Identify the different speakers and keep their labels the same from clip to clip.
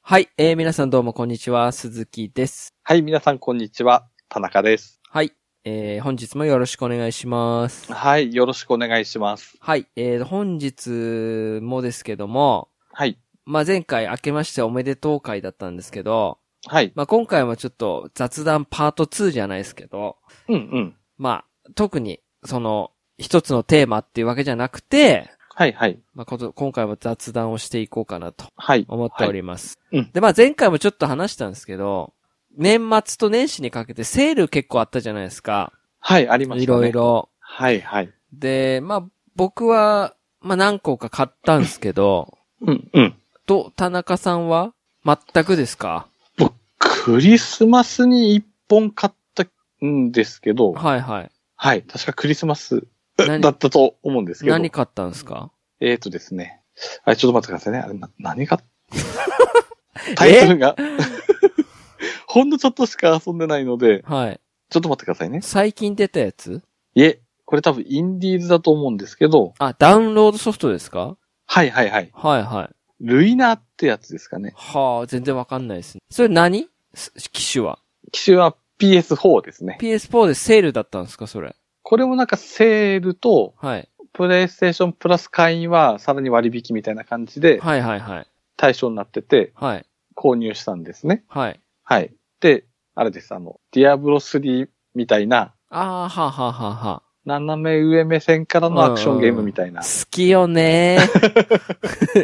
Speaker 1: はい、えー、皆さんどうもこんにちは、鈴木です。
Speaker 2: はい、皆さんこんにちは。田中です。
Speaker 1: はい、えー、本日もよろしくお願いします。
Speaker 2: はい、よろしくお願いします。
Speaker 1: はい、えー、本日もですけども、
Speaker 2: はい、
Speaker 1: まあ、前回明けましておめでとう会だったんですけど、
Speaker 2: はい、
Speaker 1: まあ、今回もちょっと雑談パート2じゃないですけど、
Speaker 2: うんうん。
Speaker 1: まあ、特に、その、一つのテーマっていうわけじゃなくて、
Speaker 2: はい、はい、
Speaker 1: まあ、こと、今回も雑談をしていこうかなと
Speaker 2: はい。
Speaker 1: 思っております。
Speaker 2: はいうん
Speaker 1: で、まあ、前回もちょっと話したんですけど、年末と年始にかけてセール結構あったじゃないですか。
Speaker 2: はい、ありまし
Speaker 1: い
Speaker 2: たね。
Speaker 1: ろい。ろ。
Speaker 2: はい、はい。
Speaker 1: で、まあ、僕は、まあ、何個か買ったんですけど、
Speaker 2: うんうん。
Speaker 1: と、田中さんは全くですか
Speaker 2: クリスマスに一本買ったんですけど、
Speaker 1: はいはい。
Speaker 2: はい、確かクリスマス
Speaker 1: 何
Speaker 2: だったと思うんですけど、
Speaker 1: 何買ったんですか
Speaker 2: えーとですね。あ、ちょっと待ってくださいね。あれ、な、何が タイトルがほんのちょっとしか遊んでないので、
Speaker 1: はい。
Speaker 2: ちょっと待ってくださいね。
Speaker 1: 最近出たやつ
Speaker 2: いえ、これ多分インディーズだと思うんですけど、
Speaker 1: あ、ダウンロードソフトですか
Speaker 2: はいはいはい。
Speaker 1: はいはい。
Speaker 2: ルイナーってやつですかね。
Speaker 1: はあ、全然わかんないですね。それ何す機種は。
Speaker 2: 機種は PS4 ですね。
Speaker 1: PS4 でセールだったんですかそれ。
Speaker 2: これもなんかセールと、
Speaker 1: はい。
Speaker 2: プレイステーションプラス会員はさらに割引みたいな感じで
Speaker 1: はいはいはい。
Speaker 2: 対象になってて、
Speaker 1: はい。
Speaker 2: 購入したんですね。
Speaker 1: はい。
Speaker 2: はい。で、あれです、あの、ディアブロ3みたいな、
Speaker 1: あー、はあはあはあは
Speaker 2: 斜め上目線からのアクションゲームみたいな
Speaker 1: あ。、好きよねー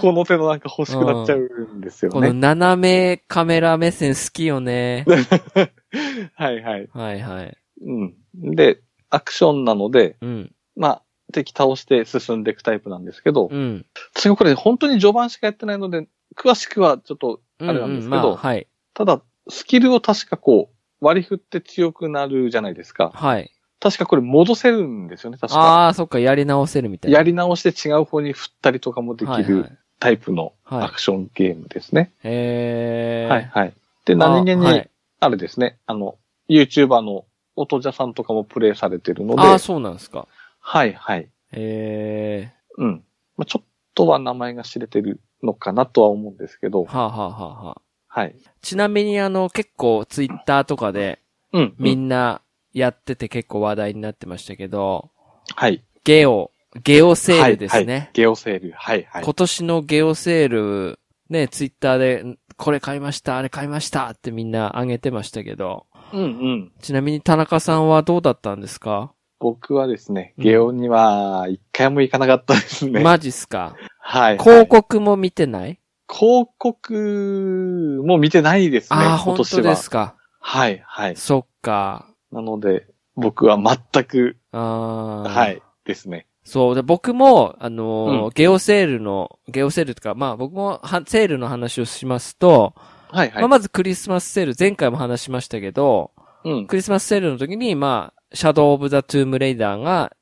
Speaker 2: この手のなんか欲しくなっちゃうんですよ
Speaker 1: この
Speaker 2: ね。
Speaker 1: 斜めカメラ目線好きよね
Speaker 2: はいはい。
Speaker 1: はいはい。
Speaker 2: うん。で、アクションなので、
Speaker 1: うん。
Speaker 2: まあ、敵倒して進んでいくタイプなんですけど、
Speaker 1: うん。
Speaker 2: 私もこれ本当に序盤しかやってないので、詳しくはちょっと、
Speaker 1: うん
Speaker 2: あれなんですけど
Speaker 1: まあはい。
Speaker 2: ただ、スキルを確かこう、割り振って強くなるじゃないですか。
Speaker 1: はい。
Speaker 2: 確かこれ戻せるんですよね、確か。
Speaker 1: ああ、そっか、やり直せるみたいな。
Speaker 2: やり直して違う方に振ったりとかもでき
Speaker 1: はいは
Speaker 2: る
Speaker 1: い
Speaker 2: タイプの
Speaker 1: はい
Speaker 2: アクションゲームですね。
Speaker 1: へえ。
Speaker 2: はい、はい。で、何気
Speaker 1: あは
Speaker 2: に
Speaker 1: い、
Speaker 2: あれですね、あの、YouTuber の音じゃさんとかもプレイされてるので、
Speaker 1: ああ、そうなんですか。
Speaker 2: はい、はい。
Speaker 1: へえ。
Speaker 2: うん。まあ、ちょっとは名前が知れてるのかなとは思うんですけど、
Speaker 1: はあ、はあはあはあ、
Speaker 2: はい。
Speaker 1: ちなみに、あの、結構、ツイッターとかで、
Speaker 2: うん。
Speaker 1: みんな、やってて結構話題になってましたけど、
Speaker 2: はい。
Speaker 1: ゲオ、ゲオセールですね。
Speaker 2: はいはいゲオセール。はい、はい。
Speaker 1: 今年のゲオセール、ね、ツイッターで、これ買いました、あれ買いましたってみんなあげてましたけど、
Speaker 2: うんうん。
Speaker 1: ちなみに田中さんはどうだったんですか、
Speaker 2: 僕はですね、
Speaker 1: うん
Speaker 2: ゲオには一回も行かなかったですね。
Speaker 1: マジっすか
Speaker 2: はい。
Speaker 1: 広告も見てない、
Speaker 2: 広告も見てないです
Speaker 1: あ
Speaker 2: ね、
Speaker 1: あ、
Speaker 2: 今
Speaker 1: 本
Speaker 2: 年
Speaker 1: 当
Speaker 2: は。
Speaker 1: ですか。
Speaker 2: はい、はい。
Speaker 1: そっか。
Speaker 2: なので、僕は全く、
Speaker 1: ああ。
Speaker 2: は。い、ですね。
Speaker 1: そう。で、僕も、あのー
Speaker 2: うん
Speaker 1: ゲオセールの、ゲオセールとか、まあ僕もは、セールの話をしますと、
Speaker 2: はい、は
Speaker 1: まあ
Speaker 2: い。
Speaker 1: まずクリスマスセール、前回も話しましたけど、
Speaker 2: うん。
Speaker 1: クリスマスセールの時に、まあ、シャドウ・オブ・ザ・トゥーム・レイダーが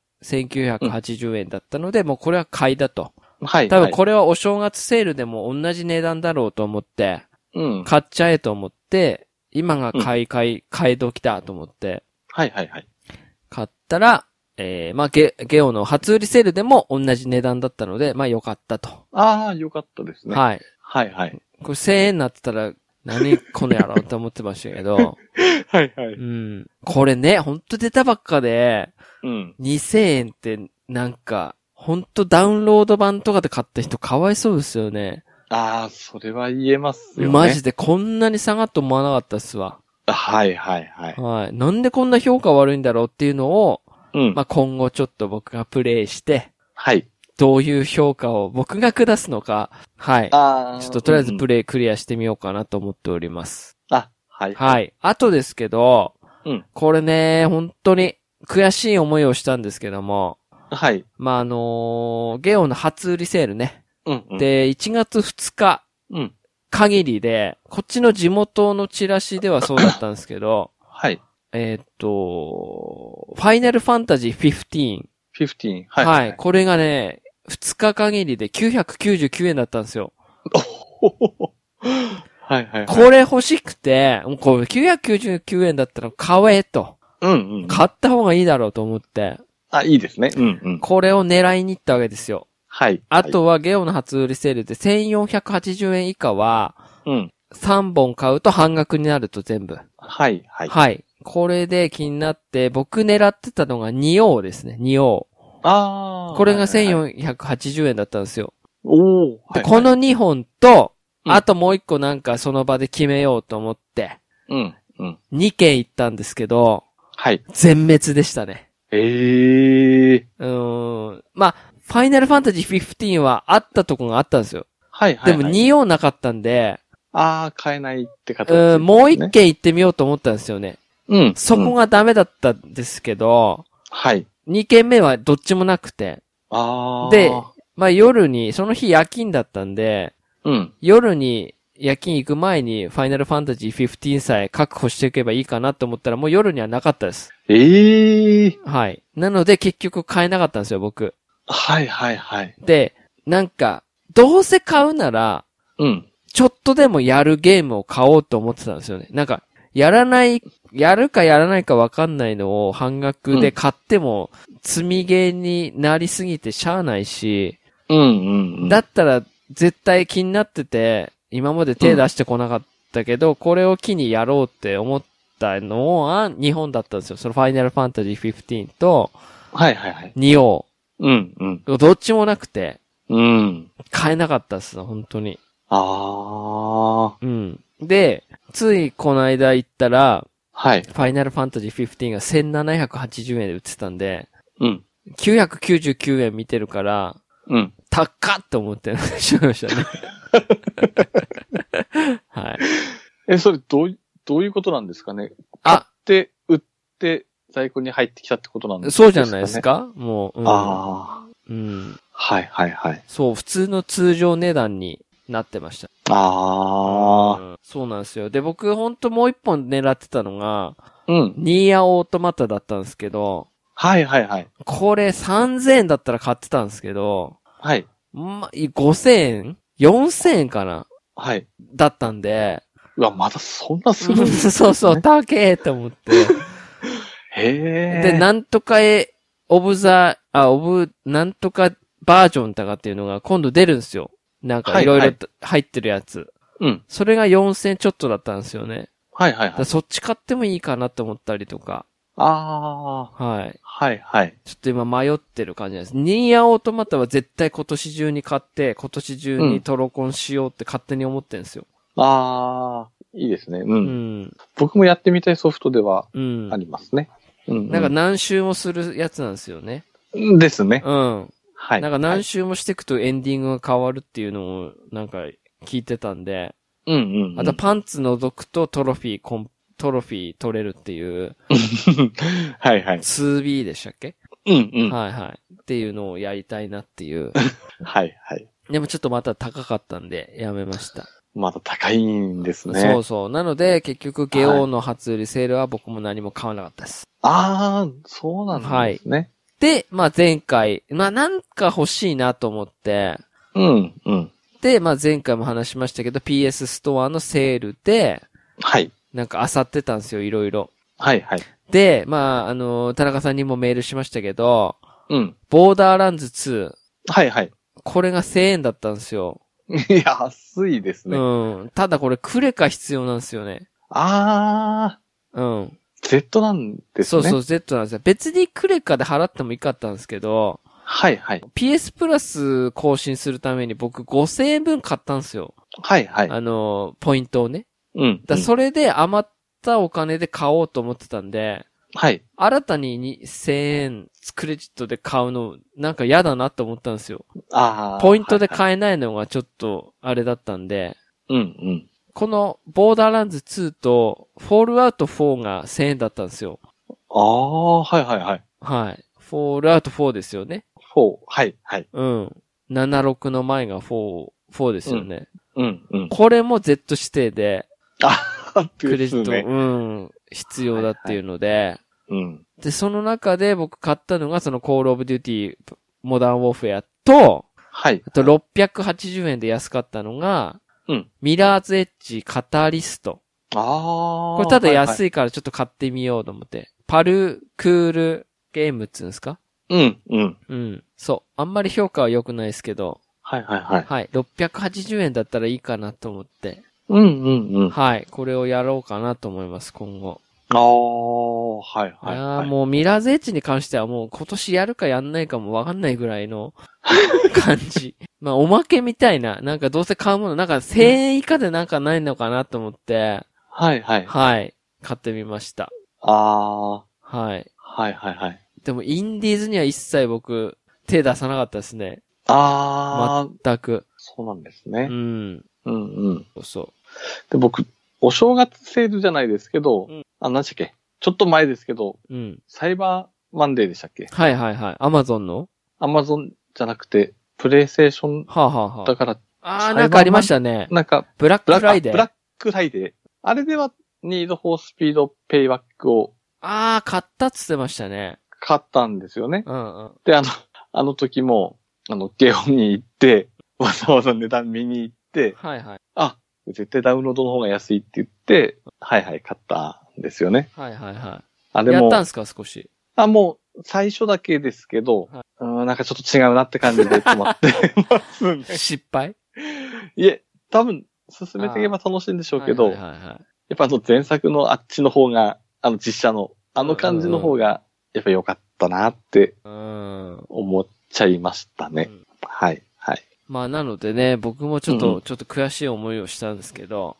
Speaker 1: 1980円だったので、もうこれは買いだと。
Speaker 2: はい、
Speaker 1: 多
Speaker 2: は
Speaker 1: 分
Speaker 2: い。
Speaker 1: これはお正月セールでも同じ値段だろうと思って、
Speaker 2: うん。
Speaker 1: 買っちゃえと思って、今が買い買い、買い時だと思って、
Speaker 2: はい、はい、はい。
Speaker 1: 買ったら、えー、まあゲ、ゲオの初売りセールでも同じ値段だったので、まあ良かったと。
Speaker 2: ああ、よかったですね。
Speaker 1: はい。
Speaker 2: はい、はい。
Speaker 1: これ1000円になってたら、何この野郎って思ってましたけ ど、。
Speaker 2: はい、はいう
Speaker 1: ん。これね、ほんと出たばっかで、
Speaker 2: うん。
Speaker 1: 2000円ってなんか、ほんとダウンロード版とかで買った人かわいそうですよね。
Speaker 2: ああ、それは言えますよね。
Speaker 1: マジでこんなに下がって思わなかったっすわ。
Speaker 2: はい、はい、はい。
Speaker 1: はい。なんでこんな評価悪いんだろうっていうのを、
Speaker 2: うん。
Speaker 1: まあ、今後ちょっと僕がプレイして、
Speaker 2: はい。
Speaker 1: どういう評価を僕が下すのか、はい。ち
Speaker 2: ああ。
Speaker 1: ょっととりあえずプ
Speaker 2: レ
Speaker 1: レイクリアしてみようかなと思っております。
Speaker 2: あ、はい。
Speaker 1: はい。あとですけど、
Speaker 2: うん
Speaker 1: これね、本当に悔しい思いをしたんですけども、
Speaker 2: はい。
Speaker 1: まあ、あのーゲオの初売りセールね。
Speaker 2: うん、うん。、
Speaker 1: で、1月2日
Speaker 2: うん。
Speaker 1: 限りで、こっちの地元のチラシではそうだったんですけど、
Speaker 2: はい。
Speaker 1: えーっと、ファイナルファンタジー15。
Speaker 2: 15。は。
Speaker 1: はいい、これがね、2日限りで999円だったんですよ。
Speaker 2: おほほはい、はい。
Speaker 1: これ欲しくて、もうこれ999円だったら買えと。
Speaker 2: うん、うん。
Speaker 1: 買った方がいいだろうと思って、
Speaker 2: あ、いいですね。うん、うん。
Speaker 1: これを狙いに行ったわけですよ。
Speaker 2: はい。
Speaker 1: あとはゲオの初売りセールで1480円以下は、
Speaker 2: はい、うん。
Speaker 1: 3本買うと半額になると全部。
Speaker 2: はい、はい。
Speaker 1: はい。これで気になって、僕狙ってたのが2王ですね、2王。
Speaker 2: ああ。
Speaker 1: これが
Speaker 2: はいはいはい
Speaker 1: 1480円だったんですよ。
Speaker 2: おお、
Speaker 1: でこの2本と、
Speaker 2: うん
Speaker 1: あともう1個なんかその場で決めようと思って、
Speaker 2: うん、うん。
Speaker 1: 2件行ったんですけど、
Speaker 2: はい。
Speaker 1: 全滅でしたね。
Speaker 2: ええー。
Speaker 1: うーん。まあ、ファイナルファンタジー15はあったとこがあったんですよ。
Speaker 2: はい、はい。
Speaker 1: でも
Speaker 2: はい
Speaker 1: 2王なかったんで、
Speaker 2: ああ、買えないって形、
Speaker 1: うん、もう1、件行ってみようと思ったんですよね。
Speaker 2: うん。
Speaker 1: そこ
Speaker 2: うん
Speaker 1: がダメだったんですけど、
Speaker 2: はい。
Speaker 1: 2件目はどっちもなくて、
Speaker 2: ああ。
Speaker 1: でまあ夜に、その日夜勤だったんで、
Speaker 2: うん。
Speaker 1: 夜に夜勤行く前にファイナルファンタジー15さえ確保していけばいいかなと思ったらもう夜にはなかったです。
Speaker 2: ええー。
Speaker 1: はい。なので結局買えなかったんですよ、僕。
Speaker 2: はい、はい、はい。
Speaker 1: で、なんか、どうせ買うなら、
Speaker 2: うん。
Speaker 1: ちょっとでもやるゲームを買おうと思ってたんですよね。なんか、やらない、やるかやらないかわかんないのを半額で買っても、積みゲーになりすぎてしゃあないし、
Speaker 2: うん、うん、うん。
Speaker 1: だったら絶対気になってて、今まで手出してこなかったけど、これを機にやろうって思ったのは日本だったんですよ。そのファイナルファンタジー15と
Speaker 2: はい、はい、はい。
Speaker 1: 2王。
Speaker 2: うん、うん。
Speaker 1: どっちもなくて、
Speaker 2: うん。
Speaker 1: 買えなかったっすね、本当に。
Speaker 2: ああ。
Speaker 1: うん。で、ついこの間行ったら、
Speaker 2: はい。
Speaker 1: ファイナルファンタジー15が1780円で売ってたんで、
Speaker 2: うん。
Speaker 1: 999円見てるから、
Speaker 2: うん。
Speaker 1: 高っと思ってし まいましたね。はい。
Speaker 2: え、それ、どうい、どういうことなんですかね買っ
Speaker 1: あ、
Speaker 2: て、売って、在庫に入ってきたってことなんですか
Speaker 1: そ
Speaker 2: ね
Speaker 1: うじゃないです。かもう、うん、
Speaker 2: ああ。
Speaker 1: うん。
Speaker 2: はい、はい、はい。
Speaker 1: そう、普通の通常値段になってました。
Speaker 2: ああ。
Speaker 1: うんそうなんですよ。で、僕、ほんともう一本狙ってたのが、
Speaker 2: うん。
Speaker 1: ニーヤオートマタだったんですけど、
Speaker 2: はい、はい、はい。
Speaker 1: これ3000円だったら買ってたんですけど、
Speaker 2: はい。
Speaker 1: ま、5000円 ?4000 円かな
Speaker 2: はい。
Speaker 1: だったんで、
Speaker 2: うわ、まだそんなするん
Speaker 1: う
Speaker 2: で
Speaker 1: ん
Speaker 2: す ね
Speaker 1: そうそう、高えと思って。
Speaker 2: へえ。
Speaker 1: で、なんとかえ、オブザ、あ、オブ、なんとかバージョンとかっていうのが今度出るんですよ。なんか
Speaker 2: はい
Speaker 1: いろい
Speaker 2: は
Speaker 1: ろ
Speaker 2: い
Speaker 1: 入ってるやつ。
Speaker 2: うん。
Speaker 1: それが4000ちょっとだったんですよね。
Speaker 2: はいは
Speaker 1: だ
Speaker 2: いは
Speaker 1: か
Speaker 2: い
Speaker 1: ら。そっち買ってもいいかなと思ったりとか。
Speaker 2: ああ。
Speaker 1: はい。
Speaker 2: はいはい。
Speaker 1: ちょっと今迷ってる感じなんです。ニーヤオートマタは絶対今年中に買って、今年中
Speaker 2: うん
Speaker 1: にトロコンしようって勝手に思ってるんですよ。
Speaker 2: ああ。いいですね。う。
Speaker 1: うんん。
Speaker 2: 僕もやってみたいソフトでは
Speaker 1: うん。
Speaker 2: ありますね。うん、うん。
Speaker 1: なんか何周もするやつなんですよね。
Speaker 2: うんですね。
Speaker 1: うん。
Speaker 2: はい。
Speaker 1: なんか何
Speaker 2: 種、
Speaker 1: 周もしていくとエンディングが変わるっていうのをなんか聞いてたんで、
Speaker 2: はい、うんうんうん。
Speaker 1: あとパンツ覗くとトロフィーコン、トロフィー取れるっていう、
Speaker 2: はいはい。
Speaker 1: 2B でしたっけ、
Speaker 2: うんうん。は
Speaker 1: はいはい。っていうのをやりたいなっていう。
Speaker 2: いはい。
Speaker 1: でもちょっとまた高かったんでやめました。
Speaker 2: まだ高いんですね。
Speaker 1: そうそう。なので結局ゲオの初売りセールは僕も何も買わなかったです。
Speaker 2: ああ、そうなんですね。
Speaker 1: で、まあ前回、まあなんか欲しいなと思って、
Speaker 2: うんうん。
Speaker 1: で、まあ前回も話しましたけど PS ストアのセールで、
Speaker 2: はい。
Speaker 1: なんか漁ってたんですよ、いろいろ。
Speaker 2: はいはい。
Speaker 1: で、まあ、あの、田中さんにもメールしましたけど、
Speaker 2: うん。
Speaker 1: ボーダーランズ2、
Speaker 2: はいはい。
Speaker 1: これが1000円だったんですよ。
Speaker 2: 安いですね。
Speaker 1: うん。ただこれクレカ必要なんですよね。
Speaker 2: ああ、
Speaker 1: うん。
Speaker 2: Z なんです
Speaker 1: そ
Speaker 2: ね。
Speaker 1: うそう、Z なんですよ。別にクレカで払ってもいいかったんですけど、
Speaker 2: はいはい。
Speaker 1: PS プラス更新するために僕5000円分買ったんですよ。
Speaker 2: はいはい。
Speaker 1: あの、ポイントをね。
Speaker 2: うん。
Speaker 1: だそれで余ったお金で買おうと思ってたんで、
Speaker 2: はい。
Speaker 1: 新たにに1000円クレジットで買うの、なんか嫌だなと思ったんですよ。
Speaker 2: ああ。
Speaker 1: ポイントで
Speaker 2: はい
Speaker 1: 買えないのがちょっと、あれだったんで、
Speaker 2: はいうんうん。
Speaker 1: この、ボーダーランズ2と、フォールアウト4が1000円だったんですよ。
Speaker 2: ああ、はいはいはい。
Speaker 1: はい。フォールアウト4ですよね。
Speaker 2: 4。はいはい。
Speaker 1: うん。76の前が4、4ですよね。
Speaker 2: うんうん。
Speaker 1: これも Z 指定で、
Speaker 2: あ
Speaker 1: クレジット、
Speaker 2: ね。
Speaker 1: うん、必要だっていうので、
Speaker 2: うん。
Speaker 1: で、その中で僕買ったのが、その、コールオブデューティー、モダンウォーフェアと、
Speaker 2: はい
Speaker 1: あ。と680円で安かったのが、
Speaker 2: うん
Speaker 1: ミラーズエッジカタリスト。
Speaker 2: ああ。
Speaker 1: これただ
Speaker 2: はいはい。
Speaker 1: 安いからちょっと買ってみようと思って。パルクールゲームっつうんですか
Speaker 2: うん、うん。
Speaker 1: うん。そう。あんまり評価は良くないですけど、
Speaker 2: はいはいはい。
Speaker 1: はい。680円だったらいいかなと思って、
Speaker 2: うんうんうん。あ
Speaker 1: はい。これをやろうかなと思います、今後。
Speaker 2: あー、はい
Speaker 1: あ
Speaker 2: はい、
Speaker 1: あ
Speaker 2: は
Speaker 1: ー
Speaker 2: い。
Speaker 1: もうミラーゼッチに関してはもう今年やるかやんないかもわかんないぐらい の感じ。まあおまけみたいな、なんかどうせ買うもの、なんか1000円以下でなんかないのかなと思って、
Speaker 2: はいはい。
Speaker 1: はい。買ってみました。
Speaker 2: ああ、
Speaker 1: はい。
Speaker 2: はいはいはい。
Speaker 1: でもインディーズには一切僕手出さなかったですね。
Speaker 2: ああ、
Speaker 1: 全く。
Speaker 2: そうなんです
Speaker 1: う
Speaker 2: ね。
Speaker 1: ん。
Speaker 2: うんうん。
Speaker 1: そうそ
Speaker 2: で、僕、お正月セールじゃないですけど、
Speaker 1: うん
Speaker 2: あ、何でしたっけちょっと前ですけど、
Speaker 1: う。うん。
Speaker 2: サイバーマンデーでしたっけ
Speaker 1: はいはいはい。アマゾンの
Speaker 2: アマゾンじゃなくて、プレイステーション
Speaker 1: はあ、はあは
Speaker 2: だから、
Speaker 1: あ、あーなんかありましたね。
Speaker 2: なんか、
Speaker 1: ブラック
Speaker 2: ブラッ
Speaker 1: フ
Speaker 2: ク
Speaker 1: ライデ
Speaker 2: あ
Speaker 1: ー。
Speaker 2: ブラックフライデー。あれでは、ニードフォースピードペイバックを
Speaker 1: ああ、買ったっつってましたね。
Speaker 2: 買ったんですよね。
Speaker 1: うんうん。
Speaker 2: で、あの、あの時も、あの、ゲオンに行って、わざわざ値段見に行って、
Speaker 1: はいはい。
Speaker 2: あ、絶対ダウンロードの方が安いって言って、はいはい、買ったんですよね。
Speaker 1: はいはいは
Speaker 2: あ、
Speaker 1: い。
Speaker 2: で
Speaker 1: やっ
Speaker 2: も
Speaker 1: た、んすか、少し。
Speaker 2: あ、もう、最初だけですけど、
Speaker 1: は
Speaker 2: うーん、なんかちょっと違うなって感じで止まって ますね。
Speaker 1: 失敗
Speaker 2: いえ、多分、進めていけば楽しいんでしょうけど、
Speaker 1: はいはいはいはい、
Speaker 2: やっぱあの前作のあっちの方が、あの実写の、あの感じの方が、やっぱ良かったなって
Speaker 1: うーん。
Speaker 2: 思っちゃいましたね。
Speaker 1: うん
Speaker 2: はい、はい。
Speaker 1: まあ、なのでね、僕もちょっと、
Speaker 2: うん
Speaker 1: ちょっと悔しい思いをしたんですけど、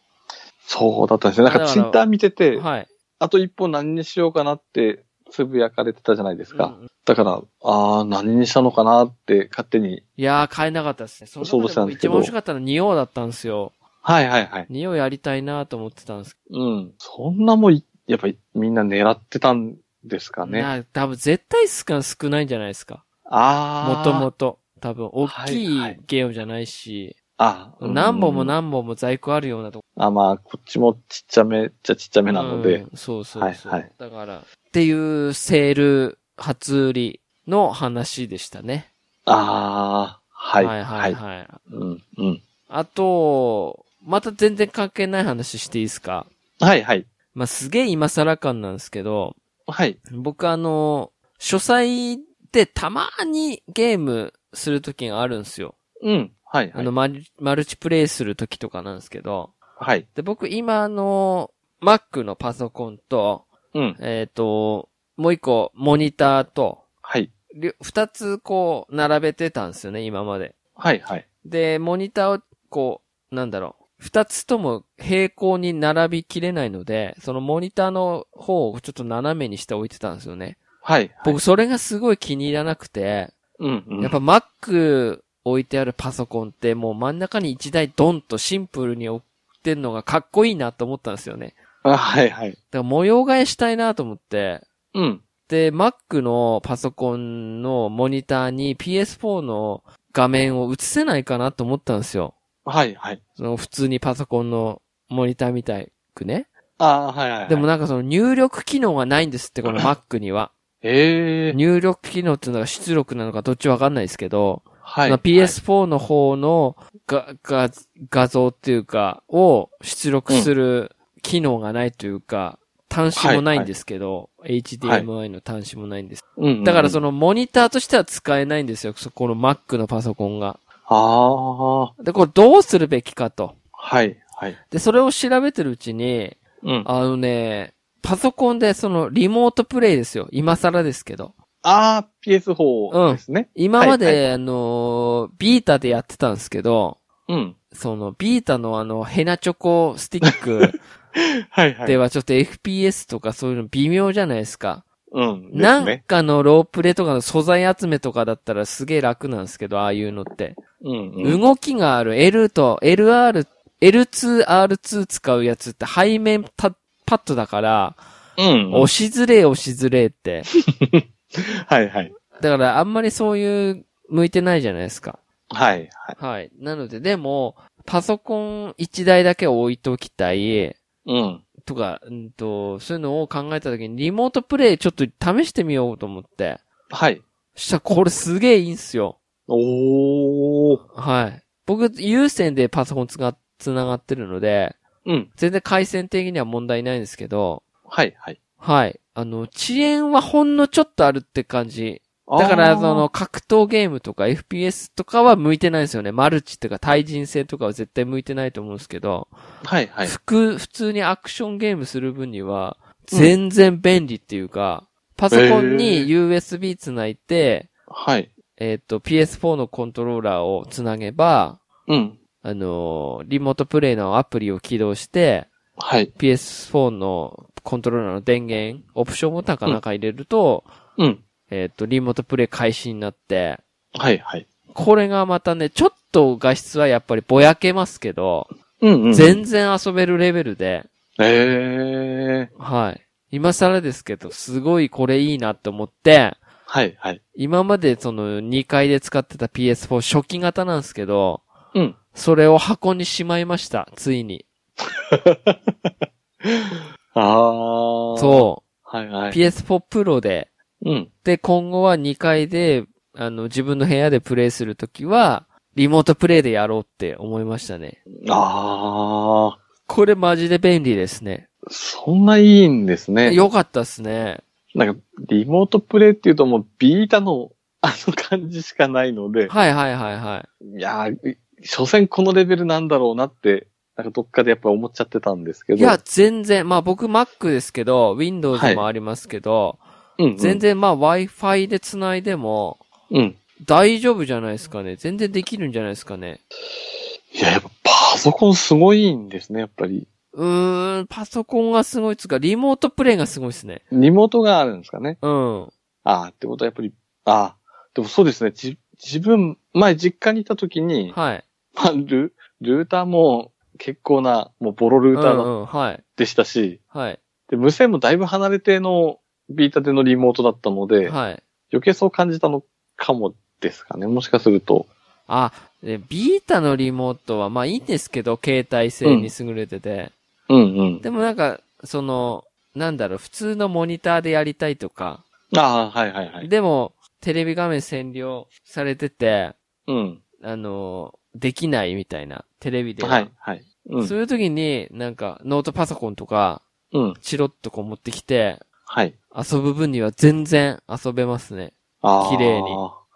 Speaker 2: そうだったんですね。なん
Speaker 1: だ
Speaker 2: か
Speaker 1: から
Speaker 2: ツイッター見てて、
Speaker 1: はい。
Speaker 2: あと一本何にしようかなってつぶやかれてたじゃないですか。
Speaker 1: うんうん
Speaker 2: だから、ああ、何にしたのかなって勝手に。
Speaker 1: いやー、買えなかったですね。その
Speaker 2: そ
Speaker 1: 中
Speaker 2: うで
Speaker 1: で
Speaker 2: した
Speaker 1: も
Speaker 2: んで
Speaker 1: 一
Speaker 2: すけど
Speaker 1: 番面白かったのは仁王だったんですよ。
Speaker 2: はいはいはい。
Speaker 1: 仁王やりたいなと思ってたんですけ
Speaker 2: うん。そんなもん、やっぱりみんな狙ってたんですか
Speaker 1: ど、
Speaker 2: ね。あ
Speaker 1: な多分絶対数が少ないんじゃないですか。も
Speaker 2: あー。
Speaker 1: ともと。多分、大き
Speaker 2: はい
Speaker 1: い
Speaker 2: はい
Speaker 1: ゲームじゃないし、
Speaker 2: あうん
Speaker 1: 何本も何本も在庫あるようなとこ
Speaker 2: あ、まあ、こっちもちっちゃめっちゃちっちゃめなので。
Speaker 1: うんそうそうそう。
Speaker 2: はいはい
Speaker 1: だから、っていうセール初売りの話でしたね。
Speaker 2: ああ、はい。
Speaker 1: はいはいはい。
Speaker 2: うん、うん。
Speaker 1: あと、また全然関係ない話していいですか
Speaker 2: はい、はい。
Speaker 1: まあ、すげえ今更感なんですけど、
Speaker 2: はい。
Speaker 1: 僕あの、書斎でたまにゲームする時があるんですよ。
Speaker 2: うん、はい、は
Speaker 1: あの、
Speaker 2: い。
Speaker 1: マルマルチプレイする時とかなんですけど、
Speaker 2: はい。
Speaker 1: で、僕今あの、Mac のパソコンと、
Speaker 2: うん、
Speaker 1: えっ、と、もう一個モニターと、
Speaker 2: はい。
Speaker 1: りょ二つこう、並べてたんですよね、今まで。
Speaker 2: はい、はい。
Speaker 1: で、モニターをこう、なんだろう。二つとも平行に並びきれないので、そのモニターの方をちょっと斜めにして置いてたんですよね。
Speaker 2: はい。
Speaker 1: 僕それがすごい気に入らなくて、
Speaker 2: うん、うん。
Speaker 1: やっぱ Mac 置いてあるパソコンってもう真ん中に一台ドンとシンプルに置いてんのがかっこいいなと思ったんですよね。
Speaker 2: あはい、はい。
Speaker 1: だから模様替えしたいなと思って、
Speaker 2: うん。
Speaker 1: で、Mac のパソコンのモニターに PS4 の画面を映せないかなと思ったんですよ。
Speaker 2: はい、はい。
Speaker 1: その普通にパソコンのモニターみたいくね。
Speaker 2: あーはい、はい。
Speaker 1: でも、なんかその入力機能がないんですって、この Mac には。
Speaker 2: ええー、
Speaker 1: 入力機能っていうのが出力なのかどっちわかんないですけど、
Speaker 2: はい。
Speaker 1: まあ PS4 の方のがが画像っていうか、を出力する機能がないというか、端子もないんですけど、HDMI の端子もないんです
Speaker 2: はい、うん、うん。
Speaker 1: だからそ
Speaker 2: の、
Speaker 1: のモニターとしては使えないんですよ。そこの Mac のパソコンが。
Speaker 2: ああ、
Speaker 1: で、これどうするべきかと。
Speaker 2: はい、はい。
Speaker 1: で、それを調べてるうちに、
Speaker 2: うん。あ
Speaker 1: あのね、パソコンでそのリモートプレイですよ。今更ですけど。
Speaker 2: あー、PS4 ですね。
Speaker 1: 今まで、
Speaker 2: はい
Speaker 1: あのー、ビータでやってたんですけど、
Speaker 2: うん。
Speaker 1: そのビータのあの、ヘナチョコスティック
Speaker 2: はい、はい。
Speaker 1: ではちょっと FPS とかそういうの微妙じゃないですか。
Speaker 2: うん。で
Speaker 1: な
Speaker 2: す
Speaker 1: ん
Speaker 2: ね。
Speaker 1: かのロープレとかの素材集めとかだったらすげえ楽なんですけど、ああいうのって。
Speaker 2: うん、うん。
Speaker 1: 動きがある L と LR、L2、R2 使うやつって背面パパッドだから、
Speaker 2: うん。
Speaker 1: 押しづれえ押しづれえって。
Speaker 2: はい、はい。
Speaker 1: だからあんまりそういう、向いてないじゃないですか。
Speaker 2: はい、はい。
Speaker 1: はい。なので、でも、パソコン1台だけ置いときたい、
Speaker 2: うん。
Speaker 1: とか、うんと、そういうのを考えたときに、リモートプレイちょっと試してみようと思って。
Speaker 2: はい。
Speaker 1: したらこれすげえいいんすよ。
Speaker 2: おー。
Speaker 1: はい。僕、有線でパソコンつが、つながってるので、
Speaker 2: うん。
Speaker 1: 全然回線的には問題ないんですけど、
Speaker 2: はい、はい。
Speaker 1: はい。あの、遅延はほんのちょっとあるって感じだから、
Speaker 2: あー
Speaker 1: その、、格闘ゲームとか FPS とかは向いてないですよね。マルチとか対人戦とかは絶対向いてないと思うんですけど、
Speaker 2: はいはい。
Speaker 1: 服、普通にアクションゲームする分には、全然便利っていうか、パソコン
Speaker 2: へ
Speaker 1: に
Speaker 2: ー
Speaker 1: USB つないで、
Speaker 2: はい。
Speaker 1: えっ、と、PS4 のコントローラーをつなげば、
Speaker 2: うん。
Speaker 1: あのーリモートプレイのアプリを起動して、
Speaker 2: はい。
Speaker 1: PS4 のコントローラーの電源、オプションボタンかなんか入れると、
Speaker 2: うん。
Speaker 1: えっ、と、リモートプレイ開始になって、
Speaker 2: はいはい。
Speaker 1: これがまたね、ちょっと画質はやっぱりぼやけますけど、
Speaker 2: うんうん。
Speaker 1: 全然遊べるレベルで、
Speaker 2: ええ
Speaker 1: はい。今更ですけど、すごいこれいいなって思って、
Speaker 2: はいはい。
Speaker 1: 今までその2階で使ってた PS4 初期型なんですけど、
Speaker 2: うん。
Speaker 1: それを箱にしまいました、ついに。
Speaker 2: ああ。う。
Speaker 1: そ。
Speaker 2: はいうはい。
Speaker 1: PS4 Pro で、
Speaker 2: うん。
Speaker 1: で、今後は2階で、あの、自分の部屋でプレイするときは、リモートプレイでやろうって思いましたね。
Speaker 2: ああ。
Speaker 1: これマジで便利ですね。
Speaker 2: そんないいんですね。
Speaker 1: よかったっすね。
Speaker 2: なんか、リモートプレイっていうともうビータのあの感じしかないので、
Speaker 1: はいはいはいはい
Speaker 2: やー、所詮このレベルなんだろうなって、なんかどっかでやっぱ思っちゃってたんですけ
Speaker 1: い。
Speaker 2: ど。
Speaker 1: いや、、全然、まあ僕 Mac ですけど、Windows もありますけど、
Speaker 2: うん、うん。
Speaker 1: 全。然まあ Wi-Fi で繋いでも、
Speaker 2: うん。
Speaker 1: 大丈夫じゃないですかね。全然できるんじゃないですかね。
Speaker 2: いや、やっぱパソコンすごいんですね、やっぱり。
Speaker 1: うーん、パソコンがすごいっつうか、リモートプレイがすごいですね。
Speaker 2: リモートがあるんですかね。
Speaker 1: うん。
Speaker 2: ああ、ってことはやっぱり、ああ、でもそうですね、じ、自分、前実家にいた時に、
Speaker 1: はい。
Speaker 2: まあ、ル、ルーターも結構な、もうボロルータ
Speaker 1: う
Speaker 2: ー
Speaker 1: んうん、はい。
Speaker 2: でしたし、
Speaker 1: はい。
Speaker 2: で、無線もだいぶ離れてのビータでのリモートだったので、
Speaker 1: はい。
Speaker 2: 余計そう感じたのかもですかね、もしかすると。
Speaker 1: あ、でビータのリモートは、まあいいんですけど、携帯性に優れてて。
Speaker 2: うんうん。
Speaker 1: でもなんか、その、なんだろう、普通のモニターでやりたいとか。
Speaker 2: ああ、はいはいはい。
Speaker 1: でも、テレビ画面占領されてて、
Speaker 2: うん。
Speaker 1: あの、できないみたいな、テレビでは。
Speaker 2: はいはい。う
Speaker 1: そ
Speaker 2: ん。
Speaker 1: ういう時に、なんか、ノートパソコンとか、
Speaker 2: うん。
Speaker 1: チロッとこう持ってきて、
Speaker 2: はい。
Speaker 1: 遊ぶ分には全然遊べますね。
Speaker 2: ああ。
Speaker 1: 綺麗に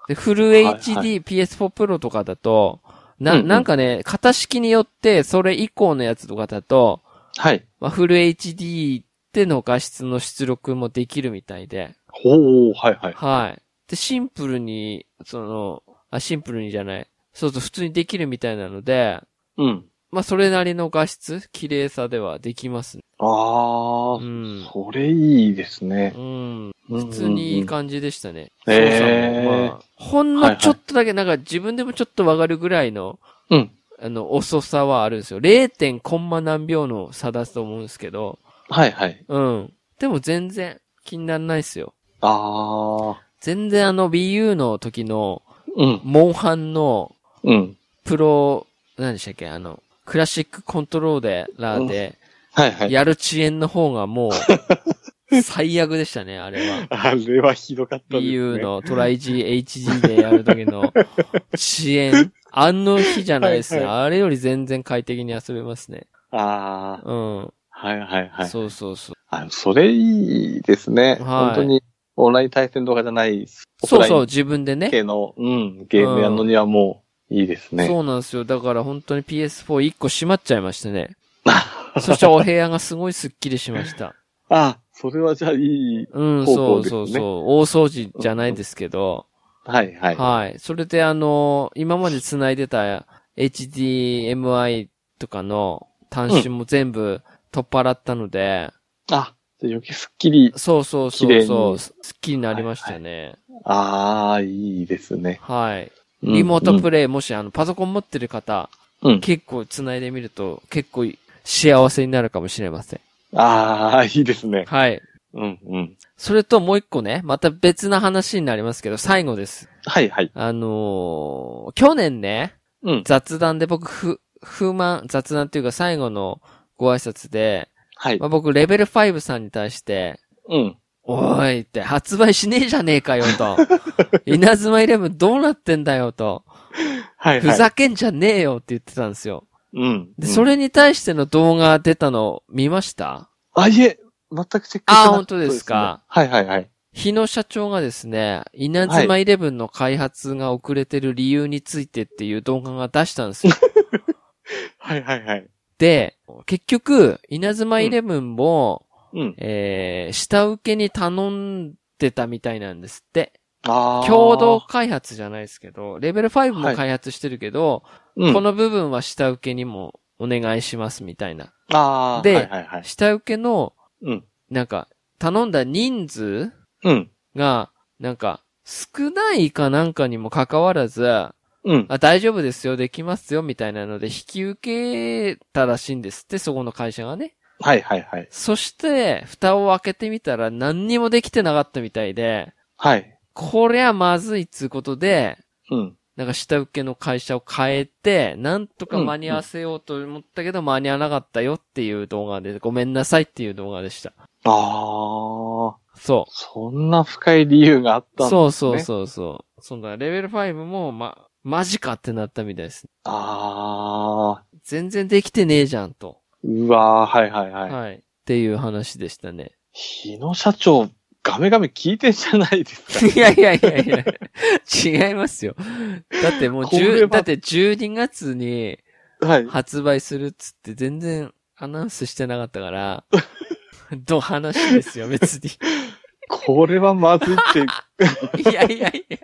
Speaker 1: で、フル
Speaker 2: はいはい
Speaker 1: HD、PS4 Pro とかだと、な、
Speaker 2: うんうん
Speaker 1: なんかね、型式によって、それ以降のやつとかだと、
Speaker 2: はい。
Speaker 1: まあ、フル HD での画質の出力もできるみたいで、
Speaker 2: ほう、はいはい。
Speaker 1: はい。で、シンプルに、その、あ、シンプルにじゃない。そうそう、普通にできるみたいなので、
Speaker 2: うん。
Speaker 1: まあ、それなりの画質、綺麗さではできますね。
Speaker 2: ああ
Speaker 1: う、ん。
Speaker 2: それいいですね。
Speaker 1: うん。
Speaker 2: 普
Speaker 1: 普通にいい感じでしたね。
Speaker 2: うんうんうんへー
Speaker 1: 操作もまあほんのちょっとだけ、なんか自分でもちょっとわかるぐらいの、
Speaker 2: うん。
Speaker 1: あの、遅さはあるんですよ。0. コンマ何秒の差だと思うんですけど、
Speaker 2: はいはい。
Speaker 1: うん。でも全然気にならないですよ。
Speaker 2: ああ、
Speaker 1: 全然あの BU の時の、
Speaker 2: うん。
Speaker 1: モンハンの
Speaker 2: うん。
Speaker 1: プロ、何でしたっけ、あの、クラシックコントローラーで、
Speaker 2: はいはい。
Speaker 1: やる遅延の方がもう、最悪でしたね、あれは。
Speaker 2: あれはひどかったですね。
Speaker 1: EU のトライ GHG でやる時 の遅延。あの日じゃないですね。
Speaker 2: はい
Speaker 1: あれより全然快適に遊べますね。
Speaker 2: ああ、
Speaker 1: うん。
Speaker 2: はいはいはい。
Speaker 1: そうそうそう。
Speaker 2: あの、それいいですね。
Speaker 1: はい
Speaker 2: 本当に、オンライン対戦とかじゃない、
Speaker 1: そうそう、
Speaker 2: オフ
Speaker 1: 自分で
Speaker 2: ライン
Speaker 1: ね。
Speaker 2: 系の、うん、ゲームやるのにはもう、いいですね。
Speaker 1: そうなんですよ。だから本当に PS41 個閉まっちゃいましたね。そ したらお部屋がすごいスッキリしました。
Speaker 2: あ、それはじゃあいい。
Speaker 1: うん、
Speaker 2: 方
Speaker 1: そ
Speaker 2: 向
Speaker 1: う
Speaker 2: です
Speaker 1: そ
Speaker 2: ね
Speaker 1: うそう。大掃除じゃないですけど。
Speaker 2: はいはい。
Speaker 1: はい。それであの、今まで繋いでた HDMI とかの端子も全部取っ払ったので、
Speaker 2: あ、じゃあ余計すっきり。
Speaker 1: そうそうそ
Speaker 2: 綺
Speaker 1: う
Speaker 2: 麗
Speaker 1: そう。
Speaker 2: に
Speaker 1: すっきりなりましたね。
Speaker 2: ああ、いいですね。
Speaker 1: はい。リモートプ
Speaker 2: レ
Speaker 1: レイ、もしあの、パソコン持ってる方、
Speaker 2: うん
Speaker 1: 結構繋いでみると、結構幸せになるかもしれません。
Speaker 2: イ。ああ、いいですね。
Speaker 1: はい。
Speaker 2: うんうん。
Speaker 1: それともう一個ね、また別な話になりますけど、最後です。
Speaker 2: はいはい。
Speaker 1: あのー去年ね、
Speaker 2: うん。
Speaker 1: 雑談で僕、ふ、不満、雑談っていうか最後のご挨拶で、
Speaker 2: はい
Speaker 1: ま。あ、僕、レベル5さんに対して、
Speaker 2: うん。
Speaker 1: おーいって、発売しねえじゃねえかよ と。稲妻イレブンどうなってんだよと。
Speaker 2: はいはい。
Speaker 1: ふざけんじゃねえよって言ってたんですよ。
Speaker 2: うん。
Speaker 1: で、
Speaker 2: うん
Speaker 1: そ。れに対しての動画出たの見ました
Speaker 2: あ、いえ、全くチェックしてなかった
Speaker 1: あ本当ですか
Speaker 2: ねはいはいはい。
Speaker 1: 日野社長がですね、稲妻イレブンの開発が遅れてる理由についてっていう動画が出したん ですよ。
Speaker 2: はいはいはい。
Speaker 1: で、結局、稲妻イレブンも、
Speaker 2: うん。
Speaker 1: えー、下請けに頼んでたみたいなんですって。
Speaker 2: ああ。
Speaker 1: 共同開発じゃないですけど、レベル5も開発してるけど、
Speaker 2: うん、
Speaker 1: この部分は下請けにもお願いしますみたいな。
Speaker 2: ああ。
Speaker 1: で
Speaker 2: はいはいはい。
Speaker 1: 下請けの、
Speaker 2: うん。
Speaker 1: なんか、頼んだ人数
Speaker 2: うん。
Speaker 1: が、なんか、少ないかなんかにもかかわらず、あ、
Speaker 2: うん。
Speaker 1: 大丈夫ですよ、できますよ、みたいなので、引き受けたらしいんですって、そこの会社がね。
Speaker 2: はいはいはい。
Speaker 1: そして、蓋を開けてみたら何にもできてなかったみたいで、
Speaker 2: はい。
Speaker 1: こりゃまずいっつうことで、
Speaker 2: うん。
Speaker 1: なんか下請けの会社を変えて、なんとか間に合わせようと思ったけど、間に合わなかったよっていう動画で、ごめんなさいっていう動画でした。
Speaker 2: ああ。
Speaker 1: そ
Speaker 2: そんな深い理由があっ
Speaker 1: う。
Speaker 2: たんだ、ね。
Speaker 1: そうそうそうそう。そんな、レベル5も、ま、マジかってなったみたいですね。
Speaker 2: ああ。
Speaker 1: 全然できてねえじゃんと。
Speaker 2: うわーはいはいはい。
Speaker 1: はい。っていう話でしたね。
Speaker 2: 日野社長、ガメガメ聞いてんじゃないですか。
Speaker 1: いやいやいやいや、違いますよ。だってもう
Speaker 2: これ
Speaker 1: 10、
Speaker 2: は
Speaker 1: だって12月に
Speaker 2: はい。
Speaker 1: 発売するっつって全然アナウンスしてなかった から、ど話ですよ、別に。
Speaker 2: これはまずいって、
Speaker 1: いやいやいやいや、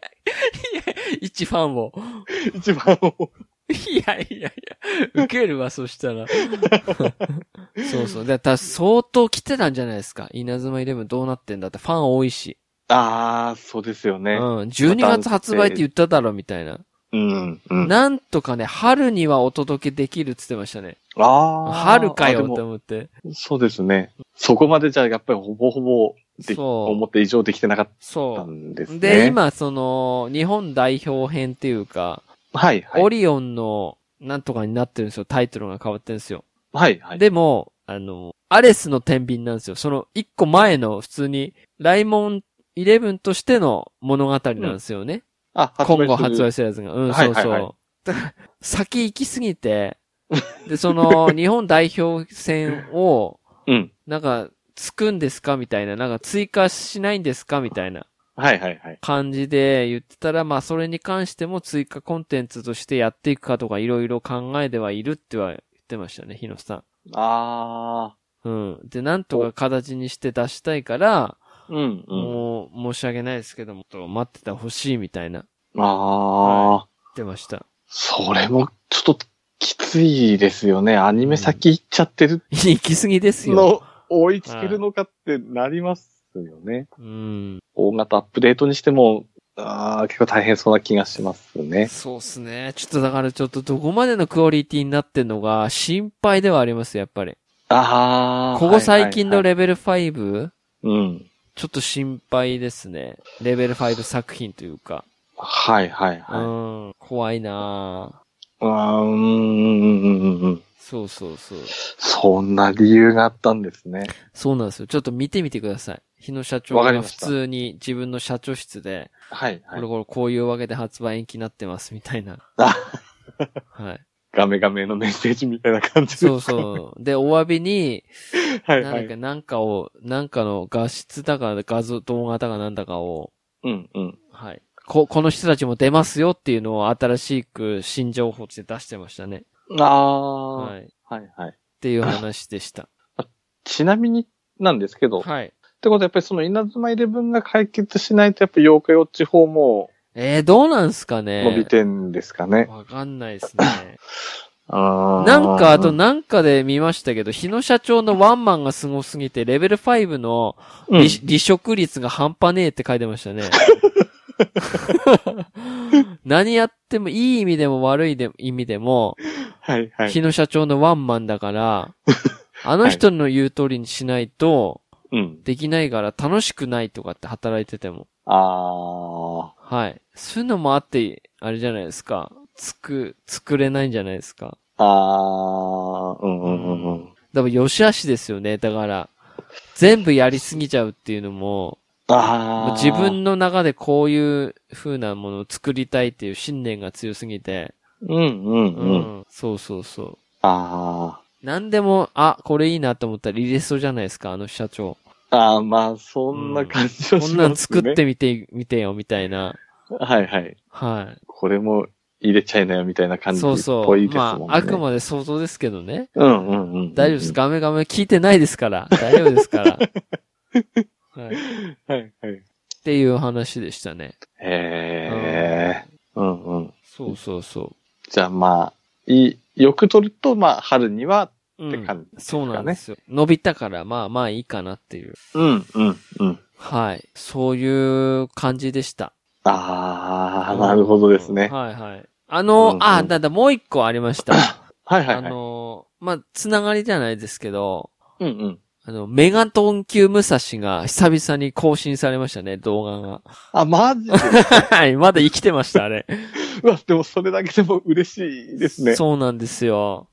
Speaker 1: 一ファンを。
Speaker 2: 一番思う
Speaker 1: いやいやいや、受けるわ、そしたら。そうそう。だから相当来てたんじゃないですか。稲妻イレブンどうなってんだってファン多いし。
Speaker 2: ああ、そうですよ
Speaker 1: うん
Speaker 2: ね。。
Speaker 1: 12月発売って言っただろ、みたいな。
Speaker 2: うん。うん。
Speaker 1: なんとかね、春にはお届けできるって言ってましたね。
Speaker 2: ああ。
Speaker 1: 春かよ
Speaker 2: あで
Speaker 1: と
Speaker 2: も
Speaker 1: 思って。
Speaker 2: そうですね。そこまでじゃ、やっぱりほぼほぼで、思
Speaker 1: そ
Speaker 2: った以上できてなかっ
Speaker 1: う。
Speaker 2: た
Speaker 1: そ
Speaker 2: んです
Speaker 1: う。
Speaker 2: ね。
Speaker 1: で、。今、その、日本代表編っていうか、
Speaker 2: はい、はい
Speaker 1: オ。リオンの、なんとかになってるんですよ。タイトルが変わってるんですよ。
Speaker 2: はい、はい。
Speaker 1: でも、あの、アレスの天秤なんですよ。その、一個前の、普通に、ライモン11としての物語なんですよね。
Speaker 2: あ、発売
Speaker 1: 今
Speaker 2: する
Speaker 1: 後発売するやつが。うん、
Speaker 2: はい
Speaker 1: そうそう。
Speaker 2: はいは
Speaker 1: だ から先行きすぎて、で、その、日本代表戦を、
Speaker 2: うん。
Speaker 1: なんか、つくんですかみたいな。なんか、追加しないんですかみたいな
Speaker 2: はい、はい、はい。
Speaker 1: 感じで言ってたら、まあ、それに関しても追加コンテンツとしてやっていくかとか、いろいろ考えではいるっては言ってましたね、日野さ
Speaker 2: あ
Speaker 1: ん。うん。で、なんとか形にして出したいから、
Speaker 2: あ。うん、うん。
Speaker 1: もう、申し訳ないですけども、と待っててほしいみたいな、言
Speaker 2: ああ。
Speaker 1: ってました。
Speaker 2: それも、ちょっと、きついですよね。アニメ先行っちゃってる
Speaker 1: 行き過ぎですよ。
Speaker 2: の、追いつけるのかってなりますよね。
Speaker 1: うん。
Speaker 2: 大型アップデートにしても、ああ、結構大変そうな気がしますね。
Speaker 1: そうっすね。ちょっとだからちょっとどこまでのクオリティになってんのが心配ではあります、やっぱり。
Speaker 2: ああ。
Speaker 1: ここ最近の
Speaker 2: レ
Speaker 1: レベル 5?
Speaker 2: うん。
Speaker 1: ちょっと心配ですね。レベル5作品というか。
Speaker 2: はいはいは
Speaker 1: うん。怖いなぁ
Speaker 2: い。うーんうんうんうんうん。
Speaker 1: そうそうそう。
Speaker 2: そんな理由があったんですね。
Speaker 1: そうなんですよ。ちょっと見てみてください。日野社長
Speaker 2: わかり
Speaker 1: が
Speaker 2: ま
Speaker 1: 普
Speaker 2: した
Speaker 1: 通に自分の社長室で、
Speaker 2: はいは
Speaker 1: こ
Speaker 2: い
Speaker 1: れ。これこういうわけで発売延期になってますみた いな。
Speaker 2: あ、
Speaker 1: はい。
Speaker 2: ガメガメのメッセージみたいな感じです
Speaker 1: そうそう。で、お詫びに、
Speaker 2: う。はい
Speaker 1: な
Speaker 2: は
Speaker 1: んか、
Speaker 2: い。
Speaker 1: なんかを、なんかの画質だか画像、動画だかなんだかを、
Speaker 2: うんうん。
Speaker 1: はい。こ、この人たちも出ますよっていうのを新しく新情報として出してましたね。
Speaker 2: ああ、は、
Speaker 1: はいい。っ
Speaker 2: はいはい
Speaker 1: ていう話でした。
Speaker 2: ちなみになんですけど、って
Speaker 1: はい。
Speaker 2: ことはやっぱりその稲妻イレブンが解決しないとやっぱり妖怪ウォッチ法も
Speaker 1: えー、どうなんすかね
Speaker 2: 伸びてんですかね。
Speaker 1: わかんないですね。
Speaker 2: あー
Speaker 1: なんか、あと、なんかで見ましたけど、日野社長のワンマンが凄すぎて、レベル5の
Speaker 2: うん
Speaker 1: 離,、離職率が半端ねえって書いてました ね。何やっても、いい意味でも悪いで意味でも、
Speaker 2: はいはい。
Speaker 1: 日野社長のワンマンだ から、あの人の言う通りにしないと、
Speaker 2: うん。
Speaker 1: できないから楽しくないとかって働いてても。
Speaker 2: あ
Speaker 1: はい。そういうのもあって、あれじゃないですか。つく、作れないんじゃないですか。
Speaker 2: あ、ああ、うんうんうんうん。
Speaker 1: だから、よしあしですよね。だから、全部やりすぎちゃうっていうのも、
Speaker 2: ああ。
Speaker 1: 自分の中でこういう風なものを作りたいっていう信念が強すぎて、
Speaker 2: うん
Speaker 1: う
Speaker 2: うんうん。
Speaker 1: ん。そうそうそう。
Speaker 2: あ
Speaker 1: 何でも、あ、これいいなと思ったら入れそうじゃないですか、あの社長。
Speaker 2: あ。ああ、まあ、そんな感 じはしますね。
Speaker 1: こんなん作ってみて、みてよ、みたいな。
Speaker 2: はいはい。
Speaker 1: は
Speaker 2: これも入れちゃいなよみたいな感
Speaker 1: い。
Speaker 2: じっ
Speaker 1: そうそ
Speaker 2: ぽ
Speaker 1: う。
Speaker 2: いですもんね。
Speaker 1: まあ、あくまで想像ですけどね。
Speaker 2: うんうんうん。
Speaker 1: 大丈夫です。ガメガメ聞いてないです から。大丈夫ですから。はい。っ
Speaker 2: はいはい。
Speaker 1: ていう話でしたね。
Speaker 2: へえ。うんうん。
Speaker 1: そうそうそ
Speaker 2: じゃあまあ、いい、よく取ると、まあ、春には
Speaker 1: う。う
Speaker 2: って
Speaker 1: ん。
Speaker 2: 感じ。
Speaker 1: そうなんですよ。伸びたから、まあまあいいかなっていう。
Speaker 2: うんうんうん。
Speaker 1: はい。そういう感じでした。
Speaker 2: ああ、なるほどですね。
Speaker 1: はいはい。あの、
Speaker 2: うんうん
Speaker 1: あ、だんだんもう一個ありました。
Speaker 2: はいはい
Speaker 1: あ
Speaker 2: はい。
Speaker 1: の、まあ、つながりじゃないですけど、
Speaker 2: うんうん。
Speaker 1: あの、メガトン級武蔵が久々に更新されましたね、動画が。
Speaker 2: あ、マジで。
Speaker 1: はい、まだ生きてました、あれ。
Speaker 2: うわ、でもそれだけでも嬉しいですね。
Speaker 1: そうなんですよ。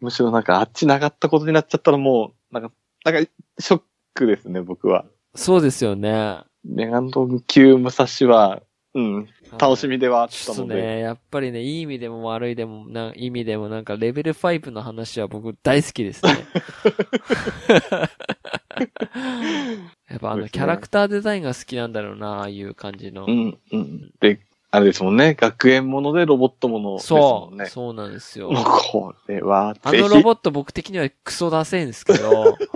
Speaker 2: むしろなんかあっちなかったことになっちゃったらもう、なんか、なんか、ショックですね、僕は。
Speaker 1: そうですよね。
Speaker 2: メガンドン級武蔵は、うん、楽しみではあっ
Speaker 1: ち
Speaker 2: た
Speaker 1: ょっと
Speaker 2: ので。
Speaker 1: ね、やっぱりね、いい意味でも悪いでも、な意味でもなんか、レベル5の話は僕大好き ですね。やっぱあ
Speaker 2: そう
Speaker 1: の、
Speaker 2: ですね
Speaker 1: キャラクターデザインが好きなんだろうな、ああいう感じの
Speaker 2: う。ん、うん。で、あれですもんね、学園ものでロボットものです
Speaker 1: そ
Speaker 2: もん
Speaker 1: う、
Speaker 2: ね。
Speaker 1: そうなんですよ
Speaker 2: も。うこれは、
Speaker 1: あ
Speaker 2: ぜひ
Speaker 1: のロボット僕的にはクソダセいんですけ ど。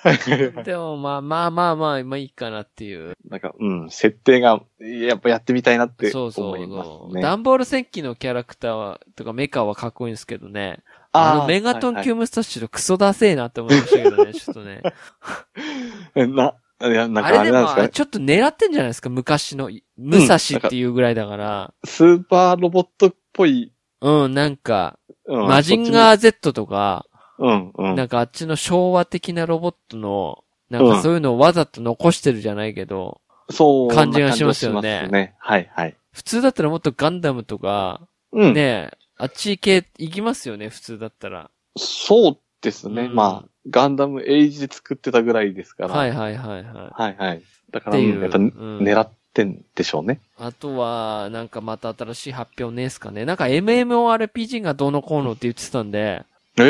Speaker 2: はいはいはい
Speaker 1: でもまあまあまあまあ、まあいいかなっていう。
Speaker 2: なんか、うん、設定が、やっぱやってみたいなって
Speaker 1: そうそ
Speaker 2: 思
Speaker 1: う
Speaker 2: います
Speaker 1: そ
Speaker 2: ね。
Speaker 1: う。ダンボール戦記のキャラクターは、とかメカはかっこいいんですけどね。
Speaker 2: あ
Speaker 1: あ
Speaker 2: ー
Speaker 1: のメガトン
Speaker 2: はい
Speaker 1: 級ムスタッシュとクソダセえなって思いましたけ どね、ちょっとね。
Speaker 2: はいな、いや、なん
Speaker 1: あ
Speaker 2: かあ
Speaker 1: れ
Speaker 2: れ
Speaker 1: で
Speaker 2: なんですか
Speaker 1: も、
Speaker 2: ね。
Speaker 1: ちょっと狙ってんじゃないですか、昔の、武蔵っていうぐらいだから。
Speaker 2: スーパーロボットっぽい、
Speaker 1: うん、なんか、
Speaker 2: うん、
Speaker 1: マジンガー Z とか、
Speaker 2: そっちも、うん、うん。
Speaker 1: なんかあっちの昭和的なロボットの、なんかそういうのをわざと残してるじゃないけど、
Speaker 2: そうな
Speaker 1: 感じがしますよね
Speaker 2: 感じがしますはいはい。
Speaker 1: 普通だったらもっとガンダムとか、
Speaker 2: うん。
Speaker 1: ねえ、あっち系行きますよね、普通だったら。
Speaker 2: そうですね。
Speaker 1: うん
Speaker 2: まあ、ガンダムエイジで作ってたぐらいですから。
Speaker 1: はいはいはいはい。
Speaker 2: はいはい。だか
Speaker 1: っ
Speaker 2: ら、
Speaker 1: て
Speaker 2: う
Speaker 1: い
Speaker 2: ん
Speaker 1: う。
Speaker 2: やっぱ、
Speaker 1: うん
Speaker 2: 狙ってんでしょうね。
Speaker 1: あとは、なんかまた新しい発表ねえっすかね。なんか MMORPG がどうのこうのって言ってたんで、井上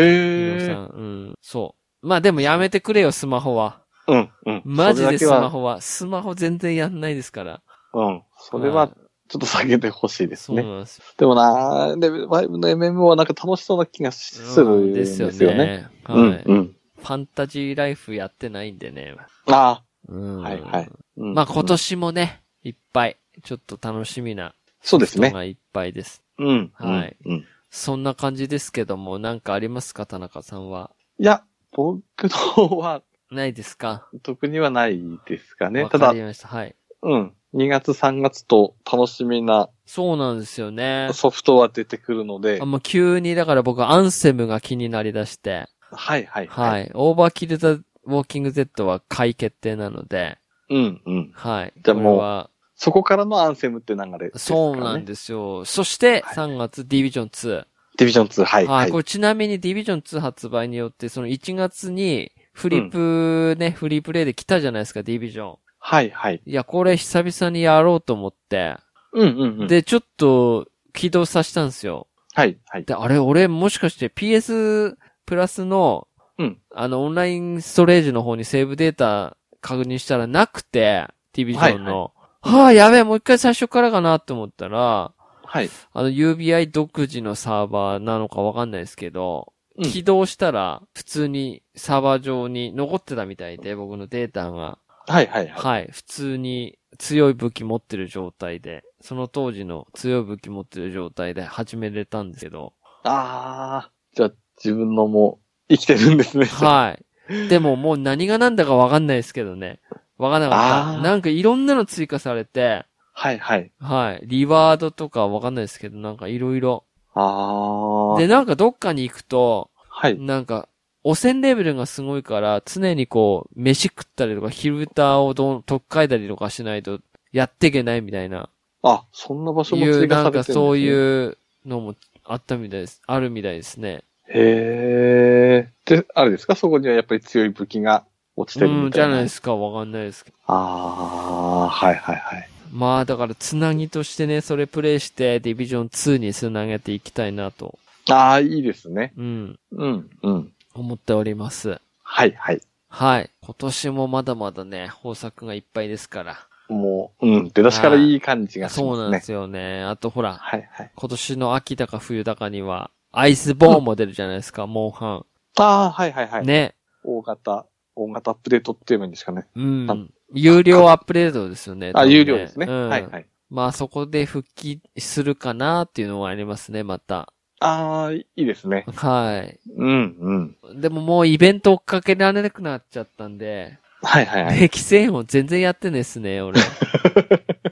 Speaker 2: え
Speaker 1: さん、うん。そう。まあでもやめてくれよ、スマホは。
Speaker 2: うん、うん。
Speaker 1: マジで
Speaker 2: そ
Speaker 1: ス
Speaker 2: れだ
Speaker 1: マホは。スマホ全然やんないですから。
Speaker 2: けは。うん。それは、ちょっと下げてほしいです
Speaker 1: そう
Speaker 2: ね。
Speaker 1: なんですよ。
Speaker 2: でもな、レベル5の MMO はなんか楽しそうな気がする
Speaker 1: うんんで
Speaker 2: ですす
Speaker 1: よ
Speaker 2: よね。
Speaker 1: ね。
Speaker 2: う
Speaker 1: はい
Speaker 2: ん、。うん。
Speaker 1: ファンタジーライフやってないんでね。
Speaker 2: あ
Speaker 1: うん。
Speaker 2: あ、はいはい。。うん
Speaker 1: まあ今。年もね、いっぱい、ちょっと楽しみな
Speaker 2: そうです
Speaker 1: 人
Speaker 2: ね。
Speaker 1: がいっぱいです。
Speaker 2: うん。
Speaker 1: はい
Speaker 2: うん。うん
Speaker 1: そんな感じですけども、なんかありますか田中さんは。
Speaker 2: いや、僕の方は、
Speaker 1: ないですか
Speaker 2: 特にはないですかね。
Speaker 1: わ
Speaker 2: た
Speaker 1: か
Speaker 2: だ
Speaker 1: り、ました。はい。
Speaker 2: うん。2月3月と楽しみな
Speaker 1: そうなんですよね。
Speaker 2: ソフトは出てくるので
Speaker 1: あ、もう急に、だから僕、アンセムが気になりだして、
Speaker 2: はいはい。
Speaker 1: はいい。オーバーキル・ザ・ウォーキング・ゼットは買い決定なので、
Speaker 2: うんうん。
Speaker 1: はい。
Speaker 2: じゃあもう
Speaker 1: これは
Speaker 2: そこからのアンセムって流れですか、ね。
Speaker 1: そうなんですよ。そして、
Speaker 2: はい
Speaker 1: 3月、ディビジョン2。
Speaker 2: ディビジョン2、はい。
Speaker 1: は。
Speaker 2: はいい
Speaker 1: こ。れちなみに、ディビジョン2発売によって、その1月に、フリップね、フリープレイで来たじゃないですか、ディビジョン。
Speaker 2: はいはい。
Speaker 1: いや、これ久々にやろうと思って、
Speaker 2: うんうんうん。、
Speaker 1: で、ちょっと、起動させたんですよ。
Speaker 2: はいはい。
Speaker 1: で、あれ、俺、もしかして PS プラスの、
Speaker 2: うん
Speaker 1: あの、オンラインストレージの方にセーブデータ確認したらなくて、TV 上の。はあ、やべえ、もう一回最初からかなって思ったら、
Speaker 2: はい。
Speaker 1: あの、UBI 独自のサーバーなのかわかんないですけど、
Speaker 2: うん
Speaker 1: 起動したら、普通にサーバー上に残ってたみたいで、僕のデータが。
Speaker 2: はいはいはい。
Speaker 1: はい、普通に強い武器持ってる状態で、その当時の強い武器持ってる状態で始めれたんですけど、
Speaker 2: あー。じゃあ、自分のも生きてるんですね。
Speaker 1: はい。でももう何が何だかわかんないですけどね。わかんなかっ
Speaker 2: あ
Speaker 1: た。
Speaker 2: ー
Speaker 1: なんかいろんなの追加されて、
Speaker 2: はいはい。
Speaker 1: はい。リワードとかわかんないですけど、なんかいろいろ。
Speaker 2: あー。
Speaker 1: で、なんかどっかに行くと、
Speaker 2: はい。
Speaker 1: なんか、汚染レベルがすごいから、常にこう、飯食ったりとか、ヒルターをどん、取っかえたりとかしないと、やっていけないみたいな。
Speaker 2: あ、そんな場所
Speaker 1: い
Speaker 2: も追
Speaker 1: う、
Speaker 2: 加さ
Speaker 1: な
Speaker 2: れ
Speaker 1: ん
Speaker 2: てる
Speaker 1: かそう
Speaker 2: う。
Speaker 1: いうのもあったみたいです。あるみたいですね。
Speaker 2: へー。で、あれですかそこにはやっぱり強い武器が落ちてる
Speaker 1: うん、
Speaker 2: み
Speaker 1: じ
Speaker 2: たい
Speaker 1: ゃ
Speaker 2: な。
Speaker 1: ないですか。わかんないですけど。
Speaker 2: あー。はいはいはい。
Speaker 1: まあだからつなぎとしてね、それプレイして、ディビジョン2につなげていきたいなと、
Speaker 2: ああ、いいですね。
Speaker 1: うん、
Speaker 2: うん、うん。
Speaker 1: 思っております。
Speaker 2: はい、はい。
Speaker 1: はい。今年もまだまだね、豊作がいっぱいですから。
Speaker 2: もう、うん、出だしからいい感じがし
Speaker 1: そ
Speaker 2: ま
Speaker 1: うな
Speaker 2: す
Speaker 1: んで
Speaker 2: ね。
Speaker 1: すよね。あとほら、
Speaker 2: はい、はい。
Speaker 1: 今年の秋だか冬だかには、アイスボーンも出るじゃないですか、モンハン。
Speaker 2: ああ、はい、はい、はい。
Speaker 1: ね。
Speaker 2: 大型、大型アップデートって言えばいいんですかね。
Speaker 1: う
Speaker 2: あ
Speaker 1: ん。有料アップデートですよね。多
Speaker 2: あ、
Speaker 1: 分
Speaker 2: 有料ですね。
Speaker 1: うん
Speaker 2: はい、はい。
Speaker 1: まあそこで復帰するかなっていうのはありますね、また。
Speaker 2: ああ、いいですね。
Speaker 1: はい。
Speaker 2: うん、うん。
Speaker 1: でももうイベント追っかけられなくなっちゃったんで、
Speaker 2: はい、はい、はい。
Speaker 1: 歴戦も全然やってねえっすね、 俺。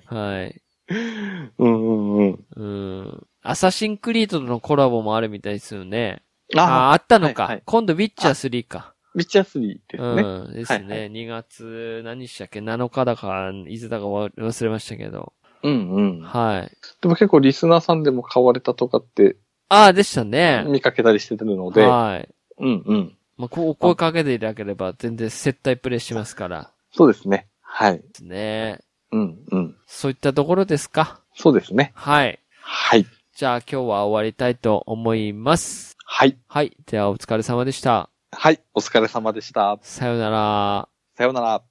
Speaker 1: はい。
Speaker 2: うん、うん、うん。
Speaker 1: うん。アサシンクリードとのコラボもあるみたいですよね。あ
Speaker 2: ああ、
Speaker 1: あ、ったのか。
Speaker 2: はいはい
Speaker 1: 今度ウィッチャー3か。
Speaker 2: ビッチャー3ですね。
Speaker 1: うん。ですね。
Speaker 2: はいは
Speaker 1: 2月、何でしたっけ ?7 日だか、いつだかわ忘れましたけど。
Speaker 2: うん、うん。
Speaker 1: はい。
Speaker 2: でも結構リスナーさんでも買われたとかって
Speaker 1: ああ、でしたね。
Speaker 2: 見かけたりしてるので、
Speaker 1: はい。
Speaker 2: うん、うん。
Speaker 1: まあ、こう、お声かけていただければ、全然接待プレイしますから。
Speaker 2: そうですね。はい。
Speaker 1: ですね。
Speaker 2: うん、うん。
Speaker 1: そういったところですか。
Speaker 2: そうですね。
Speaker 1: はい。
Speaker 2: はい。
Speaker 1: じゃあ今日は終わりたいと思います。
Speaker 2: はい。
Speaker 1: はい。ではお疲れ様でした。
Speaker 2: はい。お疲れ様でした。
Speaker 1: さようなら。
Speaker 2: さようなら。